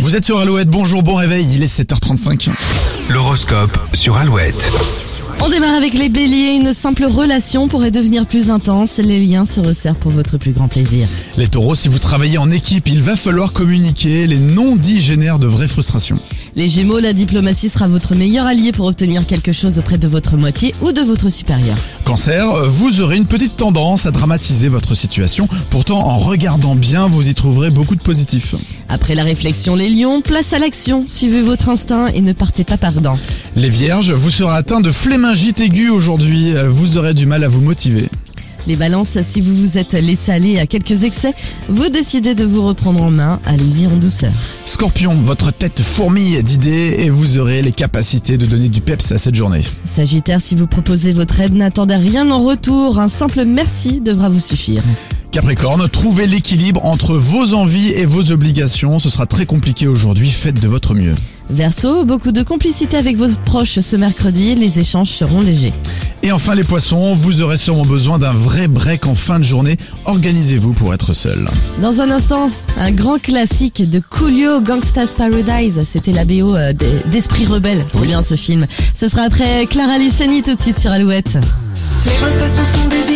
Vous êtes sur Alouette, bonjour, bon réveil, il est 7h35. L'horoscope sur Alouette. On démarre avec les béliers. Une simple relation pourrait devenir plus intense. Les liens se resserrent pour votre plus grand plaisir. Les taureaux, si vous travaillez en équipe, il va falloir communiquer. Les non-dits génèrent de vraies frustrations. Les gémeaux, la diplomatie sera votre meilleur allié pour obtenir quelque chose auprès de votre moitié ou de votre supérieur. Cancer, euh, vous aurez une petite tendance à dramatiser votre situation. Pourtant, en regardant bien, vous y trouverez beaucoup de positifs. Après la réflexion, les lions, place à l'action. Suivez votre instinct et ne partez pas perdant. Les vierges, vous serez atteint de flémingite aiguë aujourd'hui. Euh, Vous aurez du mal à vous motiver. Les balances, si vous vous êtes laissé aller à quelques excès, vous décidez de vous reprendre en main. Allez-y en douceur. Scorpion, votre tête fourmille d'idées et vous aurez les capacités de donner du peps à cette journée. Sagittaire, si vous proposez votre aide, n'attendez rien en retour. Un simple merci devra vous suffire. Capricorne, trouvez l'équilibre entre vos envies et vos obligations. Ce sera très compliqué aujourd'hui, faites de votre mieux. Verseau, beaucoup de complicité avec vos proches ce mercredi. Les échanges seront légers. Et enfin les poissons, vous aurez sûrement besoin d'un vrai break en fin de journée. Organisez-vous pour être seul. Dans un instant, un grand classique de Coolio, Gangsta's Paradise. C'était la BO euh, d- d'Esprit Rebelle. Trop bien ce film. Ce sera après Clara Luciani tout de suite sur Alouette. Les repas sont sans désir.